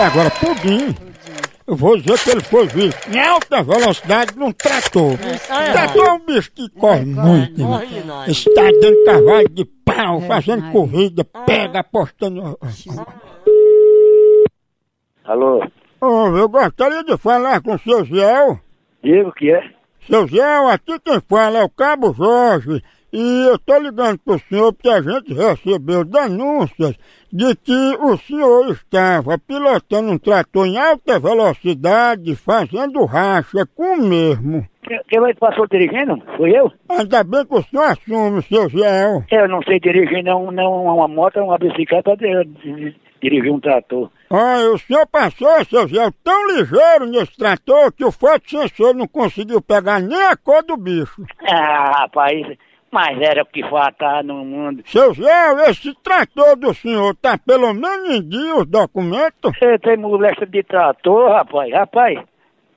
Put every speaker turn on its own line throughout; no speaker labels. agora, Pudim. Eu vou dizer que ele foi visto em alta velocidade num trator. Trator é um bicho que corre muito. né? Está dentro de cavalo de pau, fazendo corrida, pega, apostando.
Alô?
Ô, eu gostaria de falar com o seu Ziel.
Diego, que é?
Seu Ziel, aqui quem fala é o Cabo Jorge. E eu tô ligando pro senhor porque a gente recebeu denúncias de que o senhor estava pilotando um trator em alta velocidade, fazendo racha com o mesmo.
Quem, quem vai que passou dirigindo? Fui eu?
Ainda bem que o senhor assume, seu Ziel.
Eu não sei dirigir não, não uma moto, uma bicicleta, de- de- dirigir um trator.
Olha, o senhor passou, seu Ziel, tão ligeiro nesse trator que o fotossensor não conseguiu pegar nem a cor do bicho.
Ah, rapaz, mas era o que faltava no mundo.
Seu Zéu, esse trator do senhor tá pelo menos em dia os documentos?
Você tem molesta de trator, rapaz? Rapaz,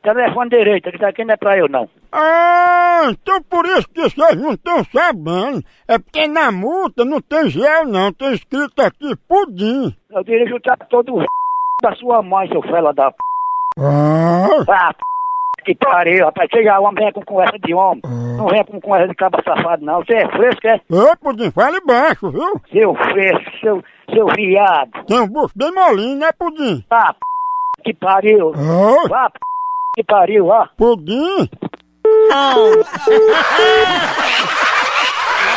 telefone direito, que daqui não é pra eu não.
Ah, então por isso que vocês não estão sabendo. É porque na multa não tem gel não, tem escrito aqui pudim.
Eu dirijo o trator do r... da sua mãe, seu fela da p...
Ah,
Ah, p... que pariu, rapaz. Você já é homem, vem com conversa de homem. Não vem com conversa de cabo safado, não. Você é fresco, é?
ah. ô pudim, fale baixo, viu?
Seu fresco, seu, seu viado.
Tem um bucho bem molinho, né pudim?
Ah, p... que pariu.
Ah,
Ah, p... que pariu, Ah. ó.
pudim?
Ah.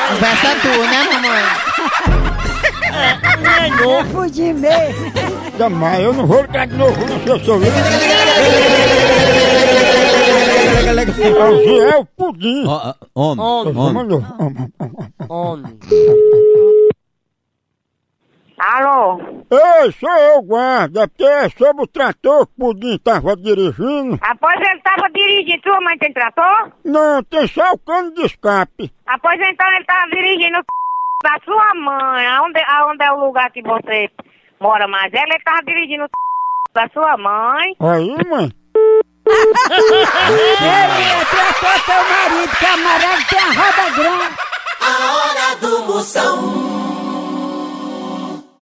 Conversa tu, né, mamãe?
Jamais, eu não vou ligar de novo no seu sorriso. É o Zéu pudim.
Ó, ó, Homem,
Eu
homem.
mando- homem, homem.
Alô?
Ei, sou eu, guarda, porque é sobre o trator que o Pudim estava dirigindo.
Após ele tava dirigindo, sua mãe tem trator?
Não, tem só o cano de escape.
Após então ele tava dirigindo o c- da sua mãe. Aonde, aonde é o lugar que você mora mais? Ela ele tava dirigindo o c- da sua mãe.
Aí, mãe.